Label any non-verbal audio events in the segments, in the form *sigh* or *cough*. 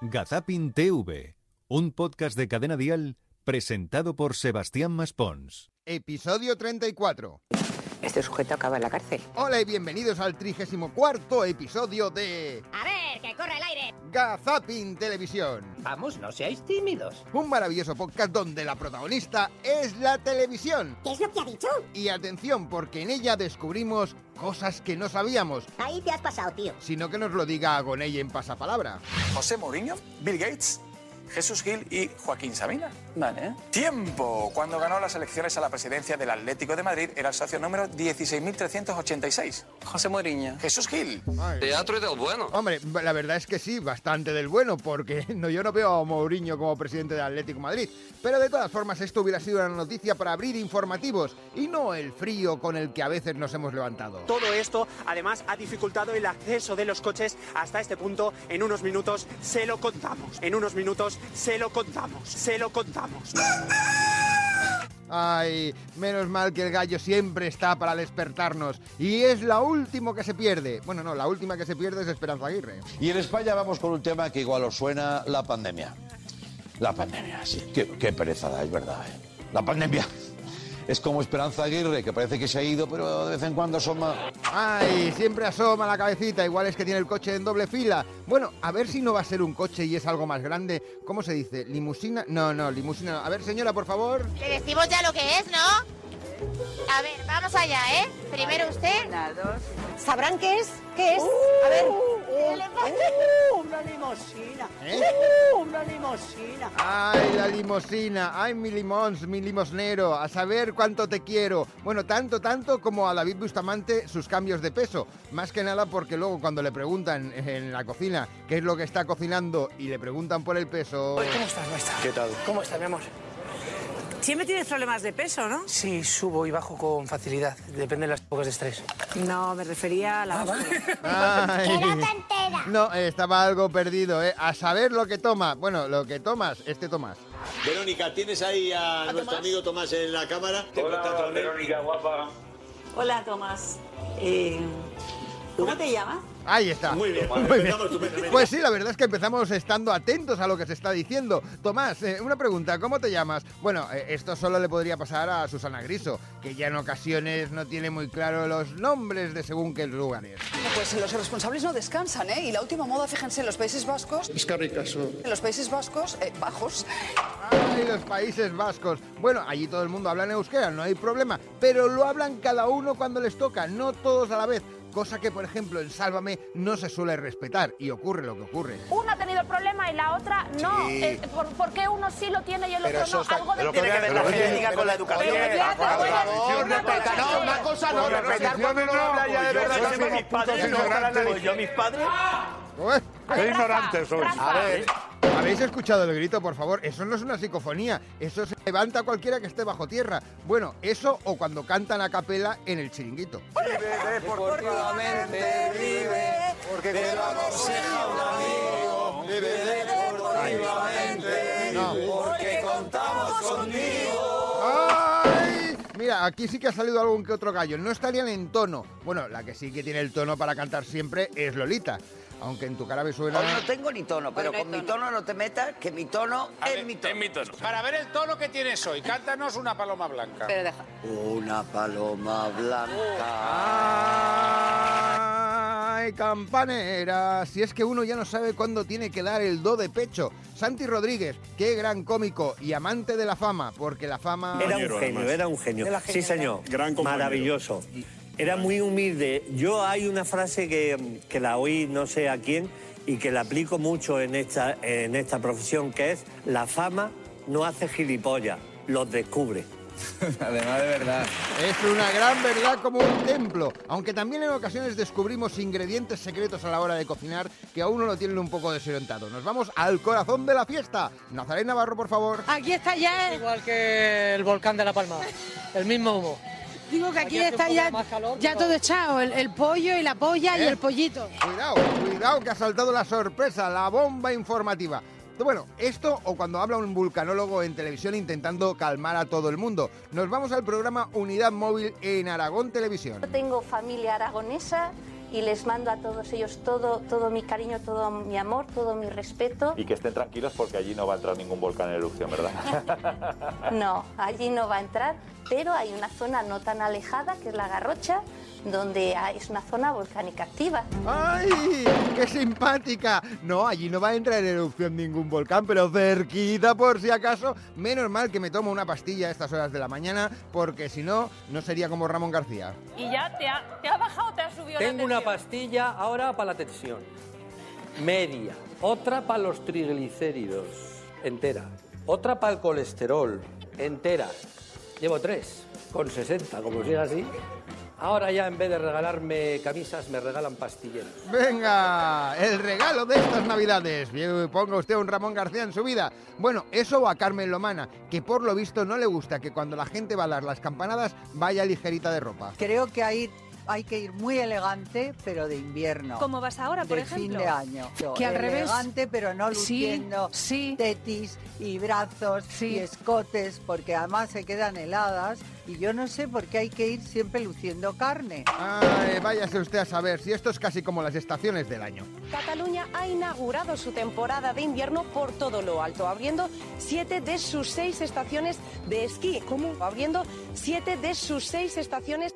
Gazapin TV, un podcast de cadena dial presentado por Sebastián Maspons. Episodio 34. Este sujeto acaba en la cárcel. Hola y bienvenidos al 34 episodio de A ver, que corre el aire. Gazapin Televisión. Vamos, no seáis tímidos. Un maravilloso podcast donde la protagonista es la televisión. ¿Qué es lo que ha dicho? Y atención, porque en ella descubrimos cosas que no sabíamos, Ahí te has pasado, tío. sino que nos lo diga Agoney en pasapalabra. José Mourinho, Bill Gates, Jesús Gil y Joaquín Sabina. Vale. Tiempo. Cuando ganó las elecciones a la presidencia del Atlético de Madrid era el socio número 16.386. José Mourinho. Jesús Gil. Teatro y del bueno. Hombre, la verdad es que sí, bastante del bueno, porque *laughs* no, yo no veo a Mourinho como presidente del Atlético de Madrid. Pero de todas formas, esto hubiera sido una noticia para abrir informativos y no el frío con el que a veces nos hemos levantado. Todo esto, además, ha dificultado el acceso de los coches hasta este punto. En unos minutos se lo contamos. En unos minutos se lo contamos. Se lo contamos. Ay, menos mal que el gallo siempre está para despertarnos. Y es la última que se pierde. Bueno, no, la última que se pierde es Esperanza Aguirre. Y en España vamos con un tema que igual os suena, la pandemia. La pandemia, sí. Qué, qué pereza da, es verdad. ¿eh? La pandemia. Es como Esperanza Aguirre, que parece que se ha ido, pero de vez en cuando asoma. Ay, siempre asoma la cabecita, igual es que tiene el coche en doble fila. Bueno, a ver si no va a ser un coche y es algo más grande. ¿Cómo se dice? ¿Limusina? No, no, limusina. no. A ver, señora, por favor. Le decimos ya lo que es, ¿no? A ver, vamos allá, ¿eh? Primero usted. ¿Sabrán qué es? ¿Qué es? A ver. una limosina. ¿Eh? una limosina. Ay, la limosina. Ay, mi limón, mi limosnero. A saber cuánto te quiero. Bueno, tanto, tanto como a David Bustamante sus cambios de peso. Más que nada porque luego cuando le preguntan en la cocina qué es lo que está cocinando y le preguntan por el peso... ¿Cómo estás, maestra? ¿Qué tal? ¿Cómo estás, mi amor? Siempre tienes problemas de peso, ¿no? Sí, subo y bajo con facilidad. Depende de las épocas de estrés. No, me refería Ah, a la. Ay. entera. No, estaba algo perdido, ¿eh? A saber lo que toma. Bueno, lo que tomas, este Tomás. Verónica, tienes ahí a, nuestro amigo Tomás en la cámara. Ten contacto con él. Hola, Tomás. ¿Cómo te llamas? Ahí está. Muy bien, Muy bien. empezamos estupendamente. Pues sí, la verdad es que empezamos estando atentos a lo que se está diciendo. Tomás, eh, una pregunta, ¿cómo te llamas? Bueno, eh, esto solo le podría pasar a Susana Griso, que ya en ocasiones no tiene muy claro los nombres de según qué lugares. *laughs* Pues los responsables no descansan, ¿eh? Y la última moda, fíjense, en los Países Vascos, Es que ricaso. en los Países Vascos, eh, bajos, Ay, los Países Vascos. Bueno, allí todo el mundo habla en euskera, no hay problema, pero lo hablan cada uno cuando les toca, no todos a la vez. Cosa que, por ejemplo, en Sálvame no se suele respetar y ocurre lo que ocurre. Una ha tenido el problema y la otra no. Sí. Eh, ¿por, por qué uno sí lo tiene y el otro no? Algo de... Tiene que ver la pero- genética pero- con la Pero educación. ya te puedes- una cosa sí. cosa no, respetar cuando no habla ya de Yo sé que mis padres no pues yo mis padres... Rafa, Rafa. ¿Habéis escuchado el grito, por favor? Eso no es una psicofonía, eso se levanta cualquiera que esté bajo tierra. Bueno, eso o cuando cantan a capela en el chiringuito. Deportivamente vive, porque te lo aconseja un amigo. Vive deportivamente, porque contamos contigo. ¡Ay! Mira, aquí sí que ha salido algún que otro gallo. No estarían en tono. Bueno, la que sí que tiene el tono para cantar siempre es Lolita. Aunque en tu cara me suena... Hoy no tengo ni tono, pero con mi tono no te metas, que mi tono es mi tono. Para ver el tono que tienes hoy, cántanos una paloma blanca. pero deja. Una paloma blanca. ¡Ay, campanera! Si es que uno ya no sabe cuándo tiene que dar el do de pecho. Santi Rodríguez, qué gran cómico y amante de la fama, porque la fama... Era un genio, era un genio. Sí, señor. Gran compañero. Maravilloso. Era muy humilde. Yo hay una frase que, que la oí no sé a quién y que la aplico mucho en esta, en esta profesión, que es la fama no hace gilipollas, los descubre. Además, de verdad. Es una gran verdad como un templo, aunque también en ocasiones descubrimos ingredientes secretos a la hora de cocinar que a uno lo tienen un poco desorientado. Nos vamos al corazón de la fiesta. Nazaré Navarro, por favor. Aquí está ya. Igual que el volcán de La Palma, el mismo humo. Digo que aquí Aquí hace está un poco ya- más calor, ya pero- todo echado. El, pollo y la polla y ¿Eh? el pollito. Cuidado, cuidado que ha saltado la sorpresa, la bomba informativa. Bueno, esto o cuando habla un vulcanólogo en televisión intentando calmar a todo el mundo. Nos vamos al programa Unidad Móvil en Aragón Televisión. Tengo familia aragonesa y les mando a todos ellos todo, todo mi cariño, todo mi amor, todo mi respeto. Y que estén tranquilos porque allí no va a entrar ningún volcán en erupción, ¿verdad? No, allí no va a entrar, pero hay una zona no tan alejada, que es la Garrocha, donde hay- es una zona volcánica activa. ¡Ay! ¡Qué simpática! No, allí no va a entrar en erupción ningún volcán, pero cerquita por si acaso. Menos mal que me tomo una pastilla a estas horas de la mañana, porque si no, no sería como Ramón García. Y ya te ha, te ha bajado, te ha subido la Tengo una tensión? pastilla ahora para la tensión. Media. Otra para los triglicéridos. Entera. Otra para el colesterol. Entera. Llevo tres. Con 60, como siga así. Ahora ya en vez de regalarme camisas, me regalan pastilleros. Venga, el regalo de estas navidades. Bien, Ponga usted un Ramón García en su vida. Bueno, eso o a Carmen Lomana, que por lo visto no le gusta que cuando la gente va a dar las campanadas vaya ligerita de ropa. Creo que ahí hay que ir muy elegante, pero de invierno. ¿Cómo vas ahora, por de ejemplo? fin de año. Que al revés. Elegante, pero no Sí, luciendo tetis y brazos y escotes, porque además se quedan heladas. Y yo no sé por qué hay que ir siempre luciendo carne. Ay, váyase usted a saber si esto es casi como las estaciones del año. Cataluña ha inaugurado su temporada de invierno por todo lo alto, abriendo siete de sus seis estaciones de esquí. ¿Cómo? Abriendo siete de sus seis estaciones.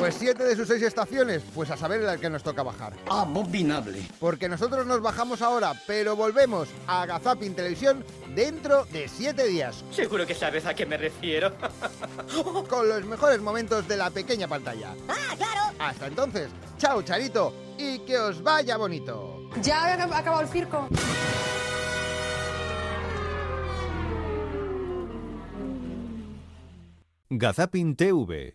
Pues siete de sus seis estaciones, pues a saber la que nos toca bajar. Abominable. Porque nosotros nos bajamos ahora, pero volvemos a Gazapin Televisión dentro de siete días. Seguro que sabes a qué me refiero. *laughs* Con los mejores momentos de la pequeña pantalla. ¡Ah, claro! Hasta entonces, chao Charito y que os vaya bonito. Ya ha acabado el circo. Gazapin TV